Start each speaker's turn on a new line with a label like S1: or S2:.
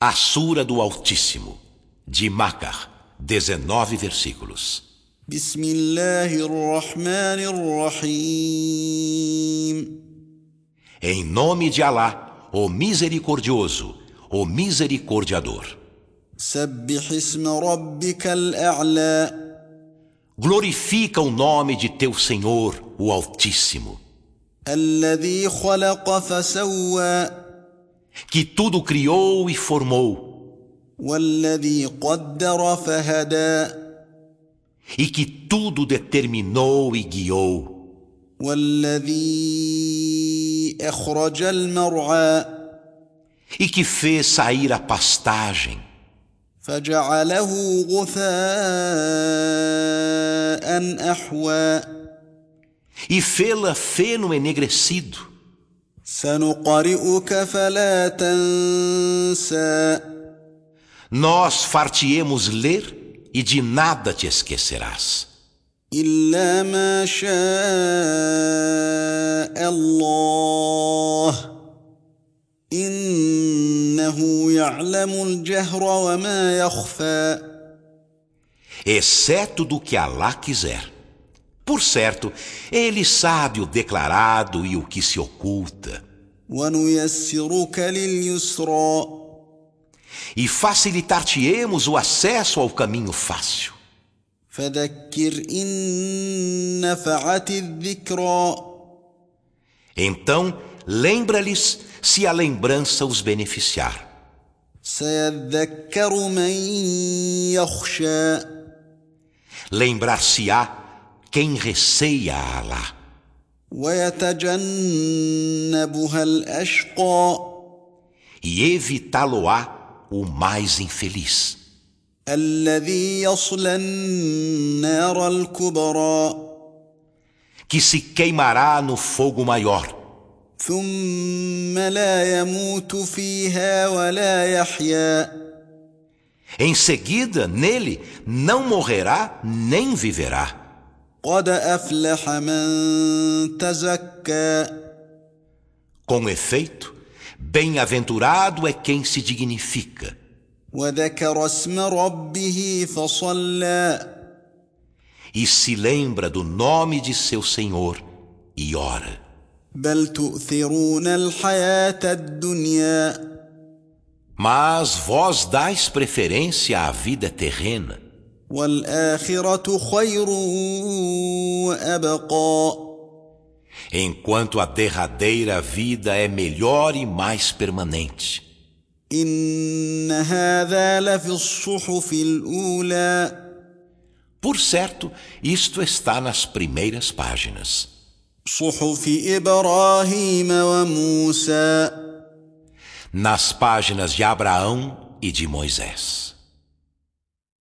S1: A Sura do Altíssimo, de Macar, 19 versículos.
S2: بسم الله الرحمن الرحيم
S1: Em nome de Alá, o Misericordioso, o Misericordiador.
S2: سبح اسم ربك الأعلى
S1: Glorifica o nome de teu Senhor, o Altíssimo,
S2: الذي خلق فسوى
S1: que tudo criou e formou,
S2: والذي قدر فهدى
S1: e que tudo determinou e guiou,
S2: والذي أخرج المرعى
S1: e que fez sair a pastagem,
S2: فجعله غثاء أحوى
S1: e fê-la feno enegrecido.
S2: سنقرئك فلا تنسى
S1: Nós fartiemos ler e de nada te esquecerás.
S2: إلا ما شاء الله إنه يعلم الجهر وما يخفى
S1: exceto do que Alá quiser. Por certo, ele sabe o declarado e o que se oculta,
S2: ونيسرك لليسرى
S1: e facilitar-te-emos o acesso ao caminho fácil.
S2: فذكر إن نفعت الذكرى
S1: Então, lembra-lhes se a lembrança os beneficiar.
S2: سيذكر من يخشى
S1: Lembrar-se-á quem receia a Alá
S2: ويتجنبها الأشقى
S1: e evitá-lo-á o mais infeliz,
S2: الذي يصلى النار الكبرى
S1: que se queimará no fogo maior
S2: ثم لا يموت فيها ولا يحيا
S1: Em seguida, nele não morrerá nem viverá,
S2: قد أفلح من تزكى
S1: com efeito, bem-aventurado é quem se dignifica
S2: وذكر اسم ربه فصلى
S1: e se lembra do nome de seu Senhor e ora.
S2: بل تؤثرون الحياة الدنيا
S1: Mas vós dais preferência à vida terrena,
S2: والآخرة خير وأبقى
S1: enquanto a derradeira vida é melhor e mais permanente.
S2: إن هذا لفي الصحف الأولى
S1: Por certo, isto está nas primeiras páginas.
S2: صحف إبراهيم وموسى
S1: nas páginas de Abraão e de Moisés.